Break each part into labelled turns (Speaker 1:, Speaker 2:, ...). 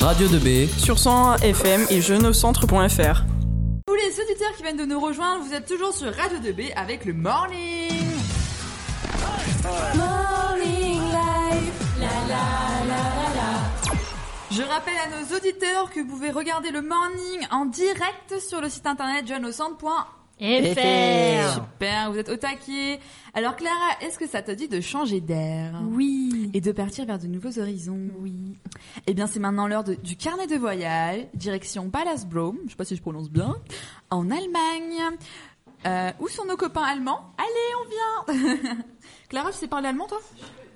Speaker 1: Radio 2B,
Speaker 2: sur 101 FM et jeuneaucentre.fr.
Speaker 3: Tous les auditeurs qui viennent de nous rejoindre, vous êtes toujours sur Radio 2B avec le Morning.
Speaker 4: Morning Live, la la la la la.
Speaker 3: Je rappelle à nos auditeurs que vous pouvez regarder le Morning en direct sur le site internet jeuneaucentre.fr.
Speaker 5: Et faire
Speaker 3: Super, vous êtes au taquet. Alors Clara, est-ce que ça te dit de changer d'air
Speaker 5: Oui.
Speaker 3: et de partir vers de nouveaux horizons Oui. Eh bien, c'est maintenant l'heure de- du carnet de voyage, direction Ballasbrom, je sais pas si je prononce bien, en Allemagne. Euh, où sont nos copains allemands Allez, on vient Clara, tu sais parler allemand, toi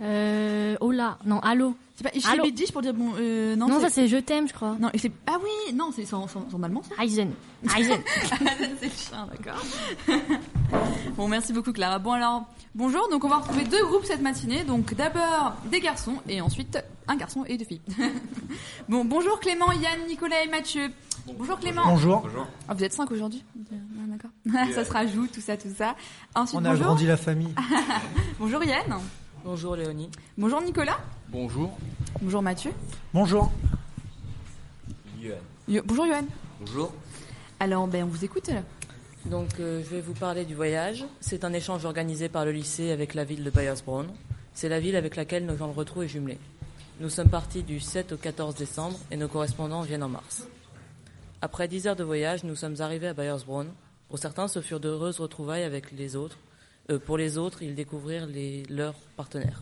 Speaker 5: Euh, oh là, non, allô.
Speaker 3: C'est pas ich
Speaker 5: Allô
Speaker 3: liebe dich pour dire bon... euh, non,
Speaker 5: Non,
Speaker 3: c'est-
Speaker 5: ça c'est je t'aime, je crois.
Speaker 3: Non, et c'est- Ah oui, non, c'est en, c'est en- c'est en allemand, ça
Speaker 5: Eisen.
Speaker 3: Ah,
Speaker 5: Eisen.
Speaker 3: c'est le chien, d'accord. bon, merci beaucoup Clara. Bon alors, bonjour. Donc on va retrouver deux groupes cette matinée. Donc d'abord des garçons et ensuite un garçon et deux filles. bon, bonjour Clément, Yann, Nicolas et Mathieu. Bonjour Clément.
Speaker 6: Bonjour.
Speaker 3: Ah, vous êtes cinq aujourd'hui Ah, D'accord. ça se rajoute, tout ça, tout ça. Ensuite,
Speaker 6: On a
Speaker 3: bonjour. Ah.
Speaker 6: agrandi la famille.
Speaker 3: Bonjour Yann.
Speaker 7: Bonjour Léonie.
Speaker 3: Bonjour Nicolas.
Speaker 8: Bonjour.
Speaker 3: Bonjour Mathieu.
Speaker 6: Bonjour.
Speaker 3: Yo- bonjour Yoann.
Speaker 8: Bonjour.
Speaker 3: Alors, ben, on vous écoute. là.
Speaker 7: Donc euh, je vais vous parler du voyage. C'est un échange organisé par le lycée avec la ville de Bayersbronn. C'est la ville avec laquelle nos gens de retour est jumelée. Nous sommes partis du 7 au 14 décembre et nos correspondants viennent en mars. Après 10 heures de voyage, nous sommes arrivés à Bayersbronn. Pour certains, ce furent d'heureuses retrouvailles avec les autres. Euh, pour les autres, ils découvrirent les, leurs partenaires.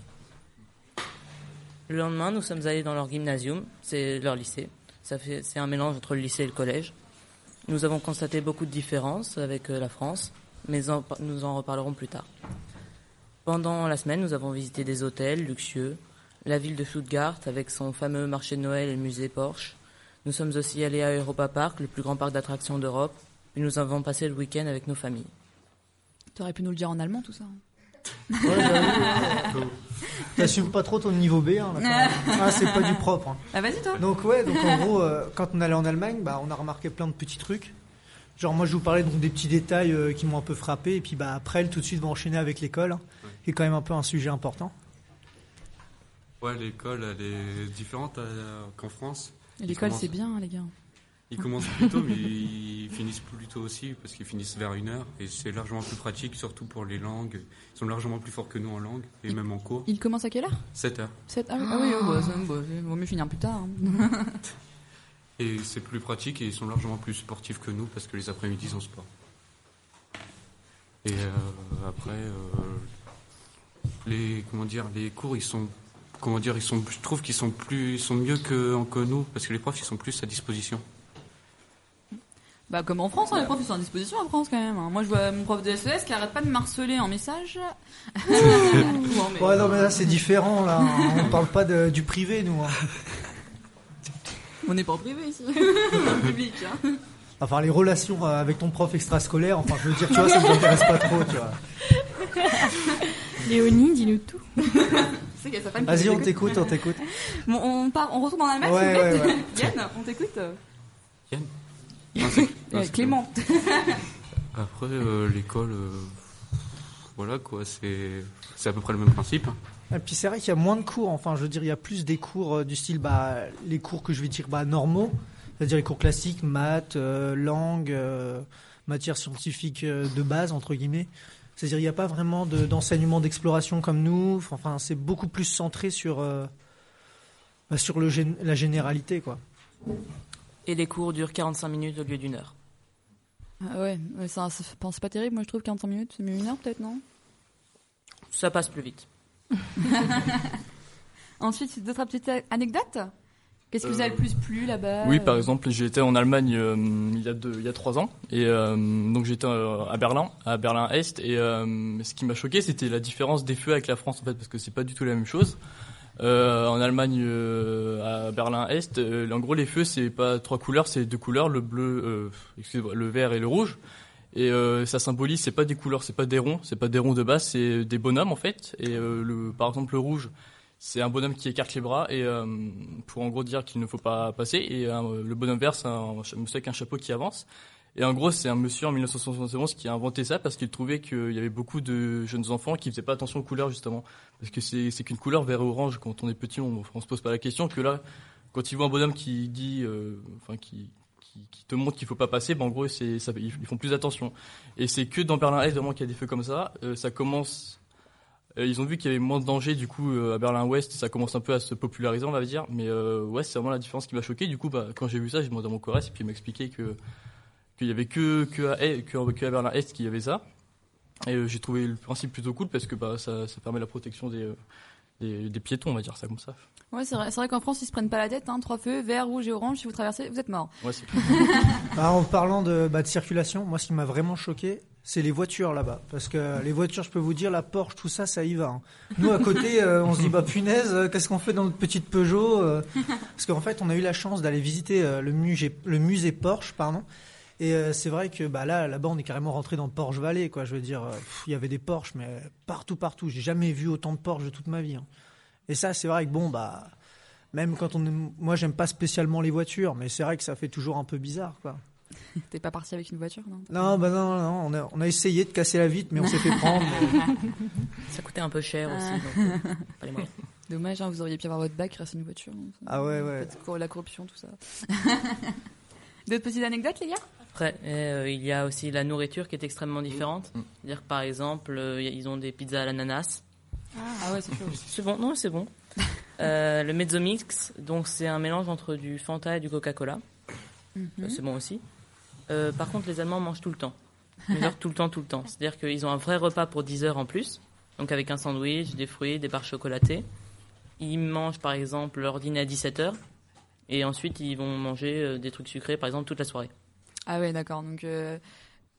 Speaker 7: Le lendemain, nous sommes allés dans leur gymnasium, c'est leur lycée. Ça fait- C'est un mélange entre le lycée et le collège. Nous avons constaté beaucoup de différences avec euh, la France, mais en- nous en reparlerons plus tard. Pendant la semaine, nous avons visité des hôtels luxueux, la ville de Stuttgart avec son fameux marché de Noël et le musée Porsche. Nous sommes aussi allés à Europa Park, le plus grand parc d'attractions d'Europe, et nous avons passé le week-end avec nos familles.
Speaker 3: T'aurais pu nous le dire en allemand, tout ça.
Speaker 6: T'assumes pas trop ton niveau B. hein, là, quand même. ah, c'est pas du propre. hein.
Speaker 3: Ah, vas-y, toi.
Speaker 6: Donc ouais, donc en gros, euh, quand on allait en Allemagne, bah, on a remarqué plein de petits trucs. Genre moi, je vous parlais donc des petits détails euh, qui m'ont un peu frappé, et puis bah après, elle, tout de suite va enchaîner avec l'école, hein, qui est quand même un peu un sujet important.
Speaker 3: Ah.
Speaker 8: Ouais, l'école, elle est différente euh, qu'en France. Ils
Speaker 3: L'école,
Speaker 8: commencent-
Speaker 3: c'est bien, les gars.
Speaker 8: Ils commencent plus tôt, mais ils finissent plus tôt aussi, parce qu'ils finissent vers une heure. Et c'est largement plus pratique, surtout pour les langues. Ils sont largement plus forts que nous en langue, et même en cours.
Speaker 3: Il commence à quelle heure
Speaker 8: 7 heures.
Speaker 3: Sept- Ah oui, ah oui, oh, bah, ça, bah, il vaut mieux finir plus tard. hein.
Speaker 8: Et c'est plus pratique, et ils sont largement plus sportifs que nous, parce que les après-midi, ils ont sport. Et euh, après, euh, les, comment dire, les cours, ils sont... Comment dire, ils sont, je trouve qu'ils sont plus, ils sont mieux que, que nous, parce que les profs, ils sont plus à disposition.
Speaker 3: Bah comme en France, hein, les profs ils sont à disposition en France quand même. hein. Moi je vois mon prof de SES qui arrête pas de marceler en message. Bon, mais-
Speaker 6: Ouais, non, mais là, c'est différent, là. On parle pas de- du privé, nous. hein.
Speaker 3: On n'est pas en privé ici, en public. hein.
Speaker 6: Enfin, les relations euh, avec ton prof extrascolaire, enfin, je veux dire, tu vois, ça ne m'intéresse pas trop, tu vois.
Speaker 5: Léonie, dis-le tout.
Speaker 3: C'est qu'elle s'appelle.
Speaker 6: Vas-y, on t'écoute, on t'écoute.
Speaker 3: Bon, on part, on retourne en Allemagne.
Speaker 6: Ouais,
Speaker 3: s'il vous
Speaker 6: ouais,
Speaker 3: plaît. Yann, on t'écoute.
Speaker 8: Yann Non, c'est- non,
Speaker 3: Euh,
Speaker 8: c'est
Speaker 3: Clément.
Speaker 8: Clément. Après, euh, l'école, euh, voilà quoi, c'est c'est à peu près le même principe.
Speaker 6: Et puis c'est vrai qu'il y a moins de cours, enfin je veux dire, il y a plus des cours euh, du style, bah, les cours que je vais dire bah, normaux, c'est-à-dire les cours classiques, maths, euh, langue, euh, matières scientifiques euh, de base, entre guillemets. C'est-à-dire il n'y a pas vraiment de- d'enseignement d'exploration comme nous, enfin c'est beaucoup plus centré sur, euh, bah, sur le gén- la généralité. quoi.
Speaker 7: Et les cours durent 45 minutes au lieu d'une heure.
Speaker 3: Ah ouais, ouais, ça, ça fait- c'est pas terrible. Moi je trouve 45 minutes, c'est mieux une heure peut-être, non
Speaker 7: Ça passe plus vite.
Speaker 3: Ensuite, d'autres petites anecdotes Qu'est-ce qui vous a
Speaker 9: Euh,
Speaker 3: le plus plu là-bas
Speaker 9: Oui, par exemple, j'étais en Allemagne euh, il, y a deux, il y a trois ans, et euh, donc j'étais euh, à Berlin, à Berlin-Est, et euh, ce qui m'a choqué, c'était la différence des feux avec la France, en fait, parce que c'est pas du tout la même chose. Euh, en Allemagne, euh, à Berlin-Est, euh, en gros, les feux, c'est pas trois couleurs, c'est deux couleurs, le bleu, euh, excusez-moi, le vert et le rouge. Et euh, ça symbolise, c'est pas des couleurs, c'est pas des ronds, c'est pas des ronds de base, c'est des bonhommes en fait. Et euh, le, par exemple, le rouge, c'est un bonhomme qui écarte les bras et euh, pour en gros dire qu'il ne faut pas passer. Et euh, le bonhomme vert, c'est un cha- monsieur avec un chapeau qui avance. Et en gros, c'est un monsieur en 1971 qui a inventé ça parce qu'il trouvait qu'il y avait beaucoup de jeunes enfants qui faisaient pas attention aux couleurs justement, parce que c'est c'est qu'une couleur vert et orange quand on est petit, on, on se pose pas la question. Que là, quand ils voient un bonhomme qui dit, euh, enfin qui, qui, qui te montre qu'il faut pas passer, ben en gros c'est, ça- ils ils font plus attention. Et c'est que dans Berlin-Est vraiment qu'il y a des feux comme ça. Euh, ça commence, euh, ils ont vu qu'il y avait moins de danger du coup euh, à Berlin-Ouest, ça commence un peu à se populariser on va dire. Mais euh, ouais c'est vraiment la différence qui m'a choqué. Du coup bah, quand j'ai vu ça j'ai demandé à mon corresse et puis il m'a expliqué que qu'il y avait que que à, Est- que, que à Berlin-Est qu'il y avait ça. Et euh, j'ai trouvé le principe plutôt cool parce que bah, ça, ça permet la protection des, euh, des, des piétons, on va dire ça comme ça.
Speaker 3: Ouais, c'est vrai, c'est vrai qu'en France, ils se prennent pas la tête. Hein, trois feux, vert, rouge et orange. Si vous traversez, vous êtes mort.
Speaker 9: Ouais, c'est-
Speaker 6: Ah, en parlant de, bah, de circulation, moi, ce qui m'a vraiment choqué, c'est les voitures là-bas. Parce que les voitures, je peux vous dire, la Porsche, tout ça, ça y va. hein. Nous, à côté, euh, on se dit, bah punaise, euh, qu'est-ce qu'on fait dans notre petite Peugeot euh, Parce qu'en fait, on a eu la chance d'aller visiter euh, le, musée, le musée Porsche, pardon. Et euh, c'est vrai que bah, là, là-bas, on est carrément rentré dans Porsche Valley, quoi. Je veux dire, euh, pff, il y avait des Porsche, mais partout, partout. J'ai jamais vu autant de Porsche de toute ma vie. hein. Et ça, c'est vrai que bon, bah, même quand on, est- moi, j'aime pas spécialement les voitures, mais c'est vrai que ça fait toujours un peu bizarre, quoi.
Speaker 3: T'es pas parti avec une voiture, non
Speaker 6: Non, bah non, non, on a, on a essayé de casser la vitre, mais on s'est fait prendre.
Speaker 7: Ça coûtait un peu cher aussi,
Speaker 3: Ah.
Speaker 7: donc euh, pas les moyens.
Speaker 3: Dommage, hein, vous auriez pu avoir votre bac grâce à une voiture. hein.
Speaker 6: Ah ouais, ouais.
Speaker 3: Peut-être cor- la corruption, tout ça. D'autres petites anecdotes, les gars
Speaker 7: Après, euh, il y a aussi la nourriture qui est extrêmement différente.
Speaker 6: Mm.
Speaker 7: C'est-à-dire que, par exemple, euh, y a- ils ont des pizzas à l'ananas.
Speaker 3: Ah ouais, c'est chaud.
Speaker 7: C'est bon, non, c'est bon. Euh, le Mezzomix, donc c'est un mélange entre du Fanta et du Coca-Cola. Euh, C'est bon aussi. Euh, par contre, les Allemands mangent tout le temps. Ils mangent tout le temps, tout le temps. C'est-à-dire qu'ils ont un vrai repas pour 10 heures en plus. Donc avec un sandwich, des fruits, des barres chocolatées. Ils mangent par exemple leur dîner à 17 heures. Et ensuite, ils vont manger euh, des trucs sucrés, par exemple, toute la soirée.
Speaker 3: Ah ouais, d'accord. Donc, euh,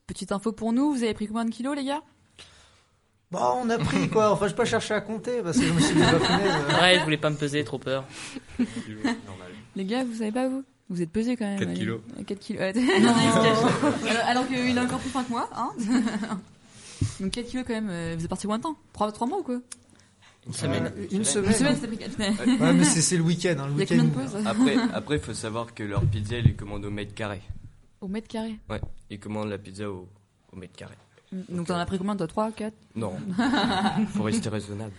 Speaker 3: petite info pour nous, vous avez pris combien de kilos, les gars
Speaker 6: Bon, on a pris quoi. Enfin, je pas cherché à compter parce que je me suis dit, bah, punaise, euh,
Speaker 7: Ouais, je voulais pas me peser, trop peur.
Speaker 8: Normal.
Speaker 3: Les gars, vous savez pas, vous Vous êtes pesé quand même.
Speaker 8: Quatre
Speaker 3: allez.
Speaker 8: kilos.
Speaker 3: Euh, 4 kilos. ouais. Non, il se cache. Euh, alors qu'il a encore plus fin que moi, hein Donc 4 kilos quand même, euh, vous êtes parti combien de temps 3, mois ou quoi
Speaker 1: semaine.
Speaker 6: euh, une
Speaker 3: Une semaine,
Speaker 6: semaine.
Speaker 3: ça fait 4 semaines.
Speaker 6: Ouais, mais c'est c'est le week-end. hein, le
Speaker 3: Il y a
Speaker 6: week-end.
Speaker 3: combien de pauses
Speaker 1: Après, après, faut savoir que leur pizza, ils les commandent au mètre carré.
Speaker 3: Au mètre carré.
Speaker 1: Ouais, ils commandent la pizza au, au mètre carré.
Speaker 3: Donc t'en as pris combien Toi 3, 4
Speaker 1: Non, faut rester raisonnable.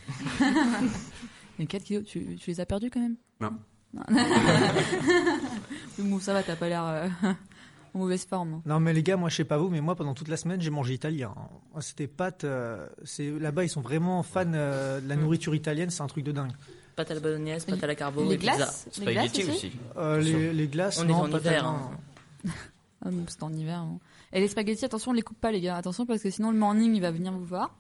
Speaker 3: Mais 4 kilos, tu, tu les as perdus quand même
Speaker 8: Non.
Speaker 3: Donc bon, ça va, t'as pas l'air euh, en mauvaise forme. hein.
Speaker 6: Non, mais les gars, moi, je sais pas vous, mais moi, pendant toute la semaine, j'ai mangé italien. Moi, C'était pâtes. euh, c'est là-bas, ils sont vraiment fans euh, de la nourniture italienne. C'est un truc de dingue.
Speaker 7: Pâte à la bolognaise, pâte à la carbo,
Speaker 3: les
Speaker 7: et pizza.
Speaker 3: glaces Les glaces
Speaker 1: Spaghetti aussi.
Speaker 6: Euh, les, les glaces,
Speaker 7: On est
Speaker 6: non,
Speaker 7: en
Speaker 6: pas
Speaker 7: hiver, hein.
Speaker 6: tellement.
Speaker 3: Ah bon, c'est en hiver. hein. Et les spaghettis, attention, on les coupe pas, les gars. Attention, parce que sinon le morning, il va venir vous voir.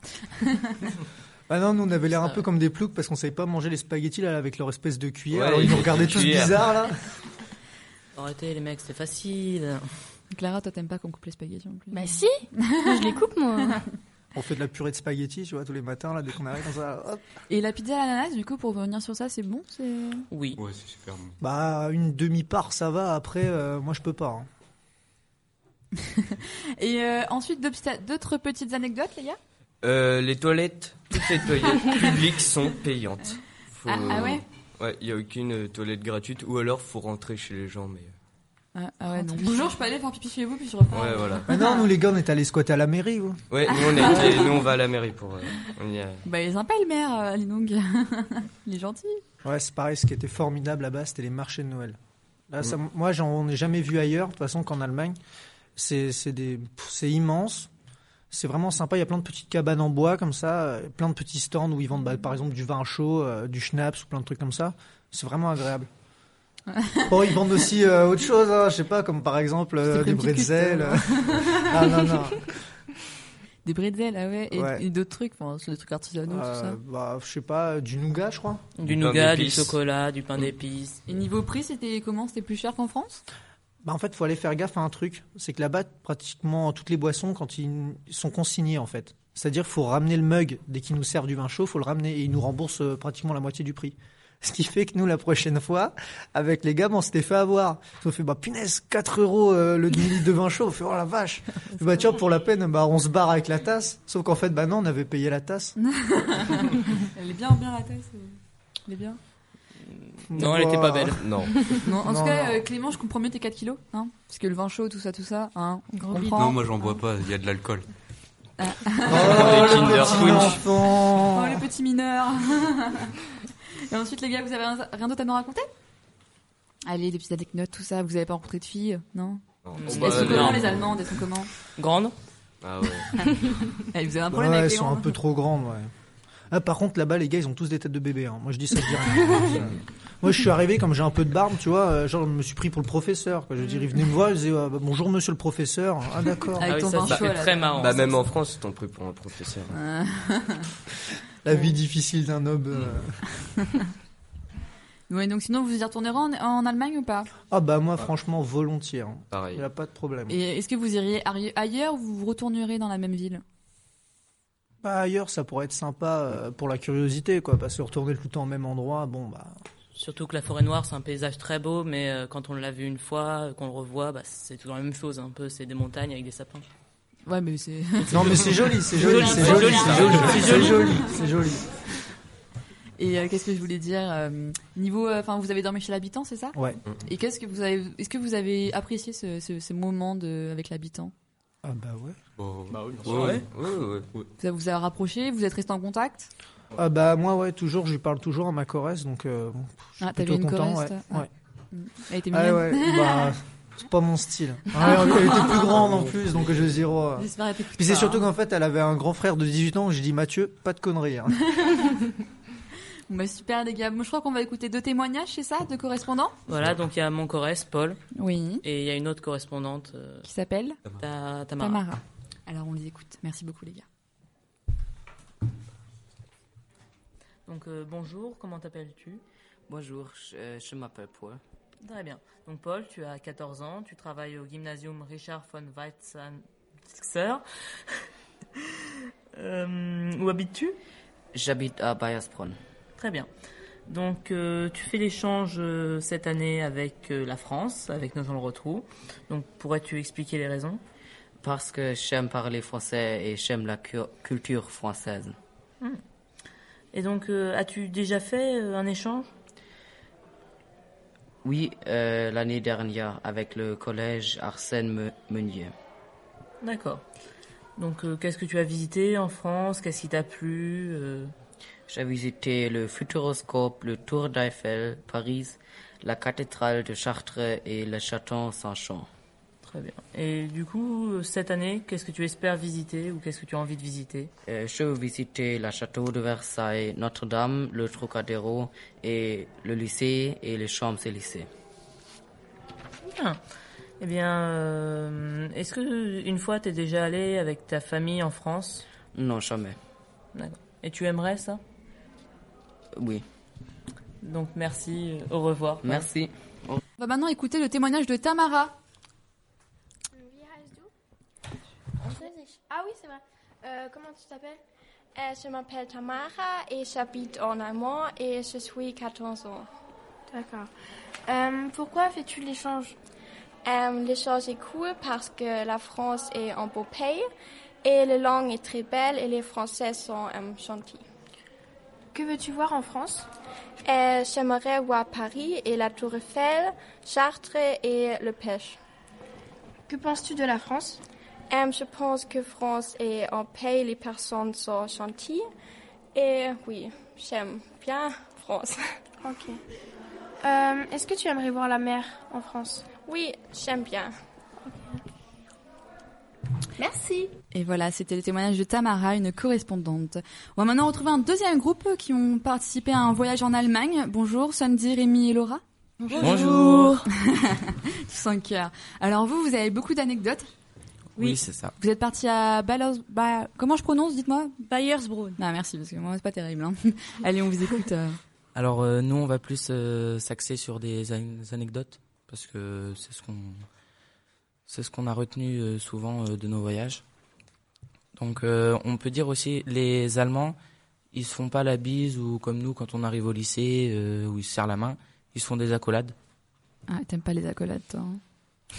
Speaker 6: Ah non, nous, on avait l'air un
Speaker 7: Ça,
Speaker 6: peu comme des ploucs parce qu'on savait pas manger les spaghettis là avec leur espèce de cuillère.
Speaker 1: Ouais,
Speaker 6: Alors, ils nous
Speaker 1: les
Speaker 6: regardaient tous
Speaker 1: cuillères.
Speaker 6: bizarre
Speaker 5: Ah.
Speaker 6: là.
Speaker 7: Arrêtez les mecs, c'est facile.
Speaker 3: Clara, toi, t'aimes pas qu'on coupe les spaghettis en plus
Speaker 5: Bah si, je les coupe moi.
Speaker 6: On fait de la purée de spaghettis, tu vois, tous les matins là, dès qu'on arrive comme ça. hop.
Speaker 3: Et la pizza à l'ananas, du coup, pour revenir sur ça, c'est bon c'est... euh,
Speaker 7: Oui.
Speaker 8: Ouais, c'est super bon.
Speaker 6: Bah, une demi-part, ça va. Après, euh, moi, je peux pas. hein.
Speaker 3: Et euh, ensuite, deux petites- d'autres petites anecdotes, les gars
Speaker 1: Euh, les toilettes, toutes les toilettes publiques sont payantes. Faut-
Speaker 3: Ah, ah ouais
Speaker 1: Ouais, il n'y a aucune euh, toilette gratuite, ou alors faut rentrer chez les gens, mais... euh,
Speaker 3: ah, ouais, non. Bonjour, je peux aller faire pipi chez vous, puis je reprends.
Speaker 1: Ouais, voilà.
Speaker 6: Mais non, nous, les gars, on est allés squatter à la mairie. vous.
Speaker 3: Ah.
Speaker 1: Ouais, nous on, a été- nous, on va à la mairie pour... euh, on y a-
Speaker 3: Bah, il est sympa, le maire, euh, allez donc. il est gentil.
Speaker 6: Ouais, c'est pareil, ce qui était formidable là-bas, c'était les marchés de Noël. Là, ça, moi, j'en ai jamais vu ailleurs, de toute façon, qu'en Allemagne. C'est c'est des- pff, c'est immense. C'est vraiment sympa. Il y a plein de petites cabanes en bois, comme ça, euh, plein de petits stands où ils vendent, bah, par exemple, du vin chaud, euh, du schnapps ou plein de trucs comme ça. C'est vraiment agréable. Bon, ils vendent aussi euh, autre chose, hein, je sais pas, comme par exemple euh,
Speaker 3: C'est
Speaker 6: des
Speaker 3: comme une petite
Speaker 6: bretzels.
Speaker 3: cuite,
Speaker 6: ah non, non.
Speaker 3: Des bretzels, ah ouais, et,
Speaker 6: Ouais.
Speaker 3: et d'autres trucs, enfin, c'est des trucs artisanaux, tout
Speaker 6: Euh,
Speaker 3: ça.
Speaker 6: bah, je sais pas, du nougat, je crois.
Speaker 7: Du,
Speaker 1: Du pain
Speaker 7: nougat, du
Speaker 1: d'épices.
Speaker 7: chocolat, du pain d'épices.
Speaker 3: Et niveau prix, c'était comment C'était plus cher qu'en France
Speaker 6: Bah, en fait, faut aller faire gaffe à un truc. C'est que là-bas, pratiquement toutes les boissons, quand ils sont consignés, en fait. C'est-à-dire, faut ramener le mug dès qu'ils nous servent du vin chaud, faut le ramener et ils nous remboursent euh, pratiquement la moitié du prix. Ce qui fait que nous, la prochaine fois, avec les gars, on s'était fait avoir. Ils ont fait, bah, punaise, 4 euros euh, le demi-litre de vin chaud. On fait, oh la vache. Je dis, bah, tiens, pour la peine, bah, on se barre avec la tasse. Sauf qu'en fait, bah non, on avait payé la tasse.
Speaker 3: Elle est bien, bien la tasse. euh, Elle est bien.
Speaker 7: Non, elle était pas belle.
Speaker 1: Non.
Speaker 3: Non, en
Speaker 6: Non,
Speaker 3: tout cas,
Speaker 6: non.
Speaker 3: euh, Clément, je comprends mieux tes 4 kilos, hein Parce que le vin chaud, tout ça, tout ça, hein On
Speaker 5: Gros
Speaker 3: comprend.
Speaker 8: Non, moi j'en bois pas, il y a de l'alcool.
Speaker 6: Oh, le
Speaker 1: Kinder
Speaker 6: petit
Speaker 1: Punch.
Speaker 6: enfant.
Speaker 3: Oh, le petit mineur Et ensuite, les gars, vous avez rien- rien d'autre à nous raconter Allez, des petites anecdotes, tout ça. Vous avez pas rencontré de filles, non
Speaker 1: Non.
Speaker 7: Elles
Speaker 3: Elles
Speaker 1: Oh,
Speaker 7: Bah,
Speaker 3: sont
Speaker 1: non.
Speaker 3: comment les Allemandes Elles sont comment
Speaker 7: Grande
Speaker 1: Ah ouais.
Speaker 3: Eh, Vous avez un
Speaker 6: Ouais,
Speaker 3: problème avec
Speaker 6: elles
Speaker 3: les
Speaker 6: sont un
Speaker 3: Allemandes
Speaker 6: peu trop grandes, ouais. Ah, par contre, là-bas, les gars, ils ont tous des têtes de bébé. hein. Moi, je dis ça direct. Moi, je suis arrivé, comme j'ai un peu de barbe, tu vois, euh, genre, je me suis pris pour le professeur. Quoi. Je veux dire, il venait me voir, il disait ah, bah, Bonjour, monsieur le professeur. Ah, d'accord.
Speaker 3: Avec
Speaker 1: Ah oui,
Speaker 3: ton
Speaker 1: ça,
Speaker 3: vin
Speaker 1: c'est
Speaker 3: chaud,
Speaker 7: C'est
Speaker 3: là.
Speaker 7: très marrant.
Speaker 1: Bah même en France, ils t'ont pris pour un professeur.
Speaker 3: Euh,
Speaker 6: La vie difficile d'un homme. euh.
Speaker 3: Mm. ouais, donc sinon, vous y retournerez en, en Allemagne ou pas
Speaker 6: Ah, bah, moi, franchement, volontiers. hein. Il
Speaker 1: Pareil.
Speaker 6: n'y a pas de problème.
Speaker 3: Et est-ce que vous iriez arri- ailleurs ou vous retournerez dans la même ville
Speaker 6: Bah, ailleurs, ça pourrait être sympa euh, pour la curiosité, quoi. Parce que retourner tout le temps au même endroit, bon, bah.
Speaker 7: Surtout que la forêt noire, c'est un paysage très beau, mais euh, quand on l'a vu une fois, euh, qu'on le revoit, bah, c'est toujours la même chose. Un peu, c'est des montagnes avec des sapins.
Speaker 3: Ouais, mais c'est.
Speaker 6: Non, mais c'est joli, c'est
Speaker 7: Joli,
Speaker 6: joli, c'est
Speaker 7: c'est
Speaker 6: joli,
Speaker 7: joli,
Speaker 6: c'est joli, c'est joli, c'est joli.
Speaker 3: Et euh, qu'est-ce que je voulais dire euh, Niveau, euh, enfin, vous avez dormi chez l'habitant, c'est ça
Speaker 6: Ouais.
Speaker 3: Et qu'est-ce que vous avez Est-ce que vous avez apprécié ce, ce, ce moment de avec l'habitant
Speaker 6: Ah, bah, ouais.
Speaker 8: Bon,
Speaker 9: Bah oui, bien
Speaker 1: Ouais,
Speaker 9: sûr.
Speaker 1: ouais, ouais, ouais.
Speaker 3: Ça vous a rapproché Vous êtes resté en contact
Speaker 6: Ah bah moi ouais toujours je lui parle toujours à ma choresse donc euh, bon, je suis
Speaker 3: Ah, t'as
Speaker 6: plutôt
Speaker 3: vu une
Speaker 6: content
Speaker 3: choresse,
Speaker 6: ouais.
Speaker 3: toi
Speaker 6: ouais.
Speaker 3: Elle était
Speaker 6: Ah
Speaker 3: mignonne.
Speaker 6: ouais, bah, c'est pas mon style. Ah, ouais, elle était plus grande en plus donc je zéro. euh.
Speaker 3: J'espère qu'elle t'écoute
Speaker 6: Puis c'est
Speaker 3: pas,
Speaker 6: surtout
Speaker 3: hein.
Speaker 6: qu'en fait elle avait un grand frère de 18 ans j'ai dit Mathieu pas de conneries. hein.
Speaker 3: Bon, bah, super les gars. Moi, je crois qu'on va écouter deux témoignages, c'est ça, de correspondants
Speaker 7: Voilà, donc il y a mon corresse, Paul,
Speaker 3: Oui.
Speaker 7: et il y a une autre correspondante, euh,
Speaker 3: Qui s'appelle
Speaker 7: Ta- Tamara.
Speaker 3: Tamara. Alors on les écoute. Merci beaucoup les gars.
Speaker 7: Donc euh, bonjour, comment t'appelles-tu
Speaker 10: Bonjour, je, euh, je m'appelle Paul.
Speaker 7: Très bien. Donc Paul, tu as 14 ans, tu travailles au gymnasium Richard von Weizsäcker. Euh, où habites-tu
Speaker 10: J'habite à Bayersbronn.
Speaker 7: Très bien. Donc, euh, tu fais l'échange euh, cette année avec euh, la France, avec nos gens le retrou. Donc, pourrais-tu expliquer les raisons
Speaker 10: Parce que j'aime parler français et j'aime la cu- culture française.
Speaker 7: Hmm. Et donc, euh, as-tu déjà fait euh, un échange
Speaker 10: Oui, euh, l'année dernière avec le collège Arsène Me- Meunier.
Speaker 7: D'accord. Donc, euh, qu'est-ce que tu as visité en France Qu'est-ce qui t'a plu euh,
Speaker 10: J'ai visité le Futuroscope, le Tour d'Eiffel, Paris, la cathédrale de Chartres et le château Saint-Jean.
Speaker 7: Très bien. Et du coup, euh, cette année, qu'est-ce que tu espères visiter ou qu'est-ce que tu as envie de visiter
Speaker 10: Euh, je veux visiter le château de Versailles, Notre-Dame, le Trocadéro et le lycée et les Champs-Élysées.
Speaker 7: Bien. Eh bien, euh, est-ce que une fois t'es déjà allé avec ta famille en France
Speaker 10: Non, jamais.
Speaker 7: D'accord. Et tu aimerais ça
Speaker 10: Oui.
Speaker 7: Donc merci, euh, au revoir.
Speaker 10: Merci.
Speaker 3: On va maintenant écouter le témoignage de Tamara.
Speaker 11: Wie heißt du? Französisch. Ah oui, c'est vrai. Euh, comment tu t'appelles
Speaker 12: Euh, je m'appelle Tamara et j'habite en Allemagne et je suis 14 ans.
Speaker 11: D'accord. Euh, pourquoi fais-tu l'échange
Speaker 12: Euh, L'échange est cool parce que la France est un beau pays et la langue est très belle et les Français sont euh, gentils.
Speaker 11: Que veux-tu voir en France
Speaker 12: Euh, J'aimerais voir Paris et la Tour Eiffel, Chartres et le pêche.
Speaker 11: Que penses-tu de la France
Speaker 12: Euh, je pense que France est un pays, les personnes sont gentilles et oui, j'aime bien France.
Speaker 11: Ok. Euh, Est-ce que tu aimerais voir la mer en France
Speaker 12: Oui, j'aime bien.
Speaker 11: Merci.
Speaker 3: Et voilà, c'était le témoignage de Tamara, une correspondante. On va maintenant retrouver un deuxième groupe qui ont participé à un voyage en Allemagne. Bonjour, Sandy, Rémi et Laura.
Speaker 9: Bonjour.
Speaker 3: Cinq cœurs. Alors vous, vous avez beaucoup d'anecdotes.
Speaker 1: Oui, c'est ça.
Speaker 3: Vous êtes parti à Ballos... Ba- Comment je prononce, dites-moi
Speaker 5: Bayersbronn.
Speaker 3: Ah merci, parce que moi, c'est pas terrible. hein. Allez, on vous écoute. euh.
Speaker 10: Alors euh, nous, on va plus euh, s'axer sur des, an- des anecdotes parce que c'est ce qu'on c'est ce qu'on a retenu euh, souvent euh, de nos voyages. Donc euh, on peut dire aussi les Allemands, ils se font pas la bise ou comme nous quand on arrive au lycée euh, où ils se serrent la main, ils se font des accolades.
Speaker 3: Ah, t'aimes pas les accolades, toi hein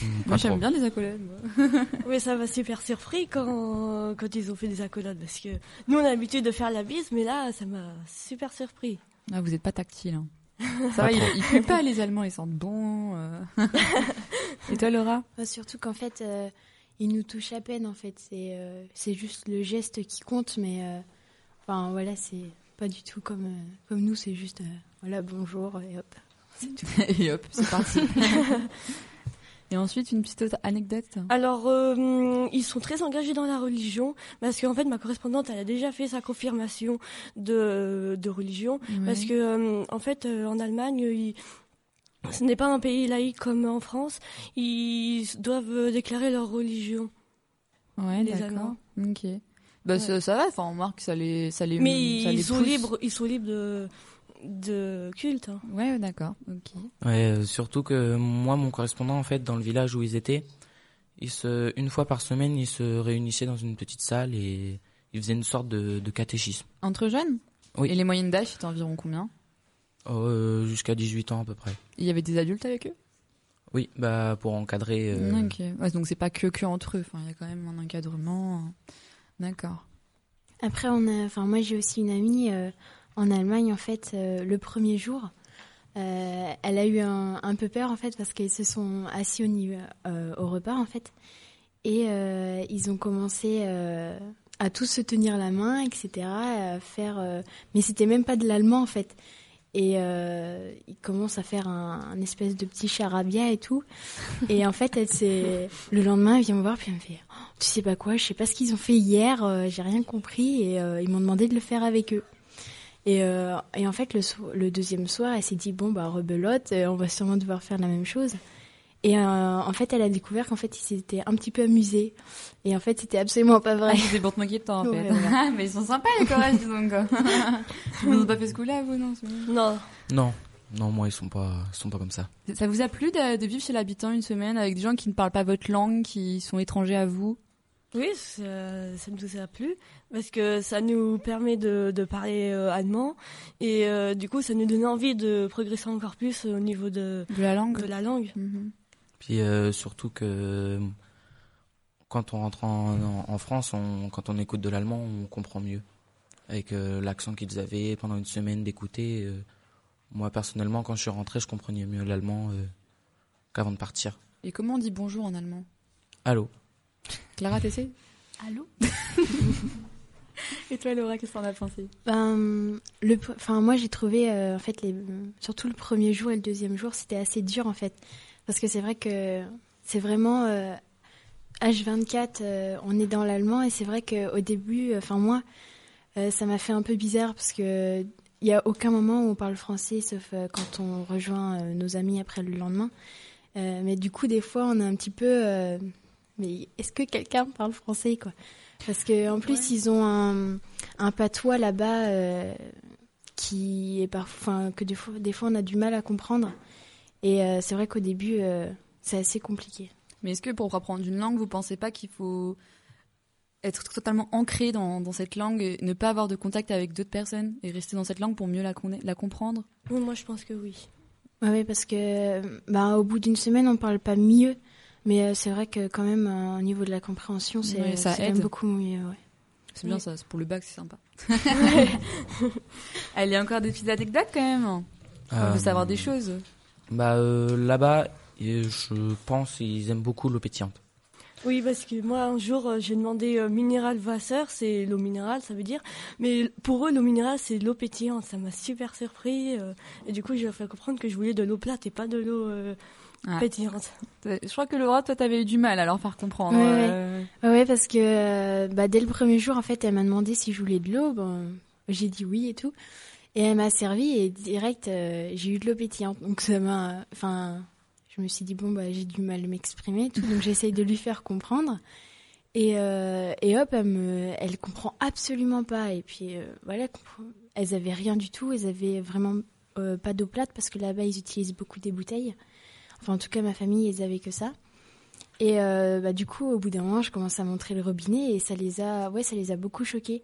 Speaker 10: Mmh, Pas
Speaker 3: Moi, j'aime
Speaker 10: trop.
Speaker 3: bien les accolades. moi.
Speaker 5: Mais ça m'a super surpris quand, quand ils ont fait des accolades parce que nous on a l'habitude de faire la bise, mais là ça m'a super surpris.
Speaker 3: Ah, vous êtes pas tactile. hein. Ça va, ils, ils puent pas les Allemands, ils sentent bon. euh. et toi, Laura
Speaker 13: Ouais, surtout qu'en fait, euh, il nous touche à peine. En fait, c'est euh, c'est juste le geste qui compte, mais euh, enfin voilà, c'est pas du tout comme euh, comme nous. C'est juste euh, voilà bonjour et hop.
Speaker 3: Et hop, c'est parti. Et ensuite, une petite autre anecdote.
Speaker 5: Alors, euh, hum, ils sont très engagés dans la religion parce qu'en fait, ma correspondante, elle a déjà fait sa confirmation de, de religion
Speaker 13: Ouais.
Speaker 5: parce que, hum, en fait, euh, en Allemagne, ils- ce n'est pas un pays laïque comme en France. Ils doivent euh, déclarer leur religion.
Speaker 3: Ouais,
Speaker 5: Les
Speaker 3: d'accord.
Speaker 5: Allemands.
Speaker 3: Ok. Bah,
Speaker 5: Ouais.
Speaker 3: ça, ça va, enfin, on remarque que ça les, ça les
Speaker 5: Mais
Speaker 3: euh, ça les
Speaker 5: ils sont
Speaker 3: pousse.
Speaker 5: libres, ils sont libres de, de culte. hein.
Speaker 3: Ouais, d'accord. Ok.
Speaker 10: Ouais, euh, surtout que moi, mon correspondant, en fait, dans le village où ils étaient, ils se, une fois par semaine, ils se réunissaient dans une petite salle et ils faisaient une sorte de, de catéchisme.
Speaker 3: Entre jeunes
Speaker 10: Oui.
Speaker 3: Et les moyennes d'âge, c'était environ combien
Speaker 10: Euh, Jusqu'à 18 ans à peu près.
Speaker 3: Il y avait des adultes avec eux
Speaker 10: Oui, bah pour encadrer. euh,
Speaker 3: Ok. Ouais, donc c'est pas que, que entre eux. Enfin, il y a quand même un encadrement. D'accord.
Speaker 13: Après, on a, enfin, moi j'ai aussi une amie euh, en Allemagne, en fait, euh, le premier jour. euh, elle a eu un, un peu peur, en fait, parce qu'ils se sont assis au, niveau- euh, au repas, en fait. Et euh, ils ont commencé euh, à tous se tenir la main, etc. À faire, euh, mais c'était même pas de l'allemand, en fait. Et euh, ils commencent à faire un, un espèce de petit charabia et tout. Et en fait, elle s'est... le lendemain, elle vient me voir, puis elle me fait Oh, Tu sais pas quoi, je sais pas ce qu'ils ont fait hier, euh, j'ai rien compris. Et euh, ils m'ont demandé de le faire avec eux. Et, euh, et en fait, le, so- le deuxième soir, elle s'est dit Bon, bah, rebelote, euh, on va sûrement devoir faire la même chose. Et euh, en fait, elle a découvert qu'en fait, ils s'étaient un petit peu amusés. Et en fait, c'était absolument pas vrai.
Speaker 3: Ah, ils étaient pour te moquer de toi, en fait. Ah,
Speaker 13: Ouais, voilà.
Speaker 3: Mais ils sont sympas, les Coréens, dis donc. hein. Vous n'avez pas fait ce coup-là, vous, non c'est mignon.
Speaker 5: Non.
Speaker 10: Non, non, moi ils sont pas, ils sont pas comme ça.
Speaker 3: Ça vous a plu de, de vivre chez l'habitant une semaine avec des gens qui ne parlent pas votre langue, qui sont étrangers à vous
Speaker 5: Oui, ça, ça nous a plu parce que ça nous permet de, de parler euh, allemand et euh, du coup ça nous donne envie de progresser encore plus au niveau de,
Speaker 3: de la langue. Mhm.
Speaker 10: Puis euh, surtout que quand on rentre en, en- en France, on- quand on écoute de l'allemand, on comprend mieux. Avec euh, l'accent qu'ils avaient pendant une semaine d'écouter, euh, moi personnellement, quand je suis rentré, je comprenais mieux l'allemand euh, qu'avant de partir.
Speaker 3: Et comment on dit bonjour en allemand
Speaker 10: Allô.
Speaker 3: Clara, t'essayes
Speaker 13: Allô
Speaker 3: Et toi, Laura, qu'est-ce que t'en as pensé
Speaker 13: Ben, le, pr- enfin, moi j'ai trouvé euh, en fait les, surtout le premier jour et le deuxième jour, c'était assez dur en fait, parce que c'est vrai que c'est vraiment euh, H24, euh, on est dans l'allemand et c'est vrai que au début, euh, enfin moi, euh, ça m'a fait un peu bizarre parce que il y a aucun moment où on parle français, sauf euh, quand on rejoint euh, nos amis après le lendemain. Euh, mais du coup, des fois, on est un petit peu. euh, mais est-ce que quelqu'un parle français quoi Parce que en plus, ils ont un, un patois là-bas euh, qui est parfois, enfin, que des fois, des fois, on a du mal à comprendre. Et euh, c'est vrai qu'au début, euh, c'est assez compliqué.
Speaker 3: Mais est-ce que pour apprendre une langue, vous pensez pas qu'il faut être totalement ancré dans, dans cette langue, et ne pas avoir de contact avec d'autres personnes et rester dans cette langue pour mieux la, conna- la comprendre
Speaker 5: Oui, moi je pense que oui.
Speaker 13: Ouais, ouais, parce que bah, au bout d'une semaine, on parle pas mieux, mais euh, c'est vrai que quand même, euh, au niveau de la compréhension, c'est
Speaker 3: Ouais, ça
Speaker 13: c'est quand même
Speaker 3: aide.
Speaker 13: beaucoup mieux. ouais.
Speaker 3: C'est bien
Speaker 13: Oui.
Speaker 3: ça, c'est pour le bac, c'est sympa. Elle a encore des petites anecdotes quand même. On
Speaker 10: Euh,
Speaker 3: veut savoir des choses.
Speaker 10: Bah euh, là-bas, et je pense ils aiment beaucoup l'eau pétillante.
Speaker 5: Oui, parce que moi un jour euh, j'ai demandé euh, minéral Wasser, c'est l'eau minérale, ça veut dire. Mais pour eux, l'eau minérale c'est de l'eau pétillante, ça m'a super surpris euh, et du coup je leur fais comprendre que je voulais de l'eau plate et pas de l'eau euh,
Speaker 3: Ouais.
Speaker 5: pétillante.
Speaker 3: Je crois que Laura, toi, t'avais eu du mal à leur faire comprendre.
Speaker 13: Ouais,
Speaker 3: euh,
Speaker 13: Ouais, ouais, parce que euh, bah, dès le premier jour, en fait, elle m'a demandé si je voulais de l'eau. Bon, j'ai dit oui et tout. Et elle m'a servi et direct, euh, j'ai eu de l'eau pétillante. Donc ça m'a. Enfin, je me suis dit, bon, bah, j'ai du mal à m'exprimer et tout. Donc j'essaye de lui faire comprendre. Et, euh, et hop, elle, me, elle comprend absolument pas. Et puis euh, voilà, elle comprend- elles avaient rien du tout. Elles avaient vraiment euh, pas d'eau plate parce que là-bas, ils utilisent beaucoup des bouteilles. Enfin, en tout cas, ma famille, ils avaient que ça. Et euh, bah, du coup, au bout d'un moment, je commence à montrer le robinet et ça les a, ouais, ça les a beaucoup choqués.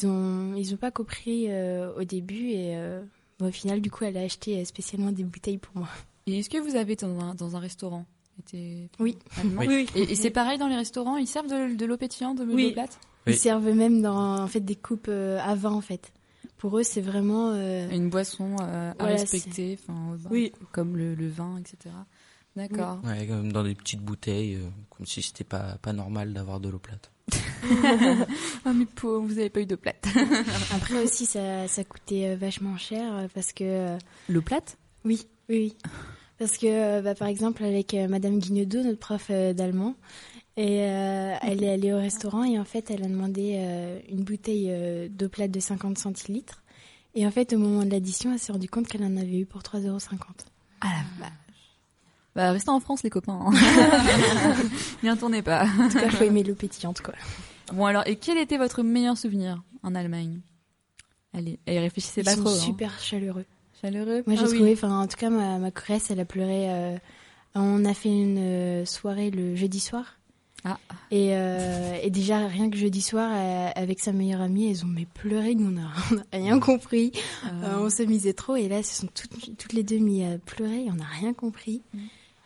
Speaker 13: Ils ont, ils ont pas compris euh, au début et euh, bon, au final, du coup, elle a acheté euh, spécialement des bouteilles pour moi.
Speaker 3: Et est-ce que vous avez été dans un, dans un restaurant été
Speaker 13: Oui.
Speaker 3: allemand
Speaker 13: Oui.
Speaker 3: Et, et c'est pareil dans les restaurants, ils servent de, de l'eau pétillante, de l'eau
Speaker 13: Oui.
Speaker 3: plate
Speaker 13: Ils
Speaker 3: Oui.
Speaker 13: servent même dans, en fait, des coupes euh, à vin, en fait. Pour eux, c'est vraiment euh,
Speaker 3: Une boisson euh, à
Speaker 13: Voilà,
Speaker 3: respecter, enfin, bah,
Speaker 13: Oui.
Speaker 3: comme le, le vin, etc. D'accord.
Speaker 10: Ouais, comme dans des petites bouteilles, euh, comme si c'était pas pas normal d'avoir de l'eau plate.
Speaker 3: ah, mais pauvre, vous avez pas eu de plate.
Speaker 13: Après aussi, ça, ça coûtait euh, vachement cher euh, parce que.
Speaker 3: L'eau plate
Speaker 13: Oui, oui, Oui, oui. Parce que, euh, bah, par exemple, avec euh, Madame Guignedot, notre prof euh, d'allemand, et euh, elle est allée au restaurant et en fait, elle a demandé euh, une bouteille euh, d'eau plate de 50 centilitres. Et en fait, au moment de l'addition, elle s'est rendue compte qu'elle en avait eu pour 3,50 euros.
Speaker 3: Ah la vache. Bah, restez en France, les copains. hein. N'y retournez pas.
Speaker 13: En tout cas, faut aimer l'eau pétillante, quoi.
Speaker 3: Bon, alors, et quel était votre meilleur souvenir en Allemagne Allez, et réfléchissez
Speaker 13: Ils
Speaker 3: pas
Speaker 13: sont
Speaker 3: trop. hein.
Speaker 13: super chaleureux.
Speaker 3: Chaleureux.
Speaker 13: Moi, j'ai
Speaker 3: Ah oui.
Speaker 13: trouvé, enfin, en tout cas, ma, ma choresse, elle a pleuré. euh, on a fait une euh, soirée le jeudi soir.
Speaker 3: Ah.
Speaker 13: Et, euh, et déjà, rien que jeudi soir, euh, avec sa meilleure amie, elles ont mais pleuré, nous, on n'a- on n'a rien compris.
Speaker 3: Ah.
Speaker 13: Euh, on s'amusait trop. Et là, elles se sont toutes, toutes les deux mis à pleurer, on n'a rien compris.
Speaker 3: Mm.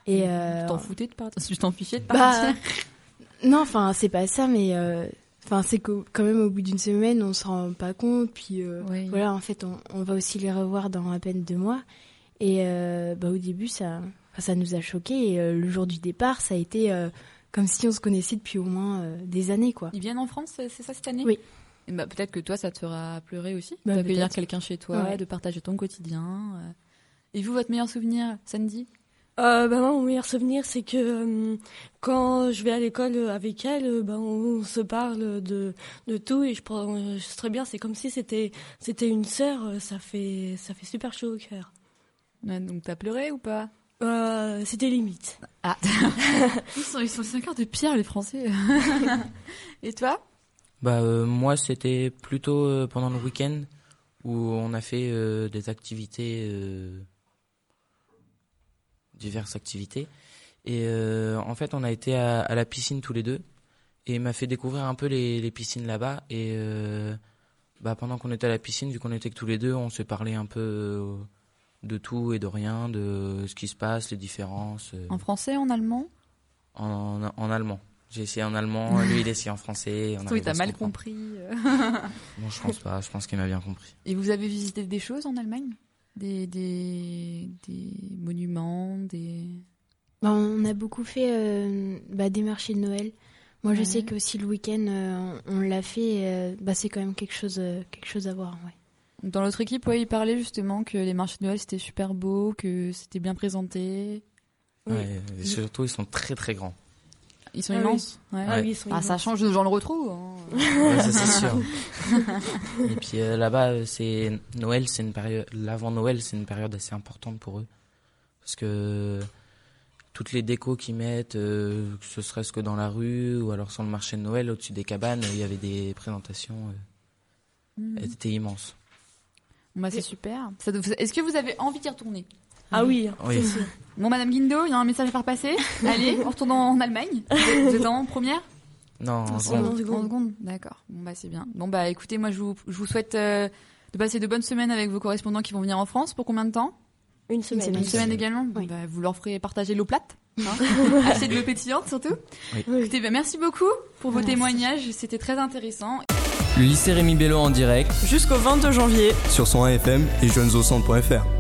Speaker 13: Et, euh,
Speaker 3: Tu t'en foutais de partir Tu t'en fichais de
Speaker 13: bah,
Speaker 3: partir
Speaker 13: non, enfin, c'est pas ça, mais euh, enfin, c'est que quand même au bout d'une semaine, on se rend pas compte. Puis euh, voilà, en fait, on, on va aussi les revoir dans à peine deux mois. Et euh, bah, au début, ça, enfin, ça nous a choqués. Et, euh, le jour du départ, ça a été euh, comme si on se connaissait depuis au moins euh, des années, quoi.
Speaker 3: Ils viennent en France, c'est ça cette année
Speaker 13: Oui.
Speaker 3: Et Bah, peut-être que toi, ça te fera pleurer aussi.
Speaker 13: Bah,
Speaker 3: D'accueillir
Speaker 13: peut-être.
Speaker 3: quelqu'un chez toi,
Speaker 13: Ouais.
Speaker 3: de partager ton quotidien. euh. Et vous, votre meilleur souvenir, Sandy
Speaker 5: Euh, bah, moi, mon meilleur souvenir, c'est que euh, quand je vais à l'école euh, avec elle, euh, bah, on, on se parle de, de tout et je prends euh, c'est très bien. C'est comme si c'était c'était une sœur. euh, Ça fait ça fait super chaud au cœur.
Speaker 3: Ouais, Donc, t'as pleuré ou pas
Speaker 5: Euh, c'était limite.
Speaker 3: Ah. Ils sont, ils sont le cœur de pierre, les Français. Et toi
Speaker 10: Bah euh, moi c'était plutôt euh, pendant le week-end où on a fait euh, des activités, euh, diverses activités. Et euh, en fait on a été à, à la piscine tous les deux et il m'a fait découvrir un peu les, les piscines là-bas. Et euh, bah, pendant qu'on était à la piscine, vu qu'on était que tous les deux, on s'est parlé un peu euh, de tout et de rien, de ce qui se passe, les différences. euh,
Speaker 3: En français, en allemand
Speaker 10: en, en allemand. J'ai essayé en allemand, lui il a essayé en français. on
Speaker 3: Surtout,
Speaker 10: arrive
Speaker 3: il
Speaker 10: à
Speaker 3: t'a
Speaker 10: se
Speaker 3: mal
Speaker 10: comprendre.
Speaker 3: compris. euh.
Speaker 10: Non, je pense pas. Je pense qu'il m'a bien compris.
Speaker 3: Et vous avez visité des choses en Allemagne des, des, des monuments, des...
Speaker 13: Bah, on a beaucoup fait euh, bah, des marchés de Noël. Moi, je
Speaker 3: Ouais.
Speaker 13: sais que si le week-end euh, on on l'a fait, et, euh, bah, c'est quand même quelque chose, euh, quelque chose à voir. Ouais.
Speaker 3: Dans l'autre équipe, ouais, il parlait justement que les marchés de Noël c'était super beau, que c'était bien présenté.
Speaker 10: Ouais, et surtout, ils sont très très grands.
Speaker 3: Ils sont
Speaker 10: Ah oui.
Speaker 3: immenses.
Speaker 10: Ah oui, ils sont
Speaker 3: Ah, ça
Speaker 10: immenses.
Speaker 3: change de genre le retrouve. hein.
Speaker 10: Ouais, ça, c'est sûr. Et puis euh, là-bas, euh, c'est Noël, c'est une période. L'avant Noël, c'est une période assez importante pour eux, parce que toutes les décos qu'ils mettent, euh, que ce serait-ce que dans la rue ou alors sur le marché de Noël, au-dessus des cabanes, euh, il y avait des présentations. euh,
Speaker 3: Mhm.
Speaker 10: Elles étaient immenses.
Speaker 3: Bon, bah, c'est super. Ça doit- Est-ce que vous avez envie d'y retourner
Speaker 5: Ah oui.
Speaker 10: Oui. c'est sûr.
Speaker 3: Bon, Madame Guindo, il y a un message à faire passer. Allez, on retourne en Allemagne. Vous êtes- vous êtes en première
Speaker 10: Non, en
Speaker 3: En
Speaker 10: seconde.
Speaker 3: seconde. En seconde, D'accord. Bon, bah, c'est bien. Bon, bah, écoutez, moi, je vous, je vous souhaite euh, de passer de bonnes semaines avec vos correspondants qui vont venir en France. Pour combien de temps
Speaker 5: Une
Speaker 3: Une semaine, également. Bon, bah, vous leur ferez partager l'eau plate. hein. Acheter de l'eau pétillante, surtout.
Speaker 10: Oui.
Speaker 3: Écoutez, bah, merci beaucoup pour vos témoignages. C'était très intéressant.
Speaker 14: Le lycée Rémi Bello en direct
Speaker 2: Jusqu'au 22 janvier.
Speaker 14: sur son AFM et jeunesaucentre.fr.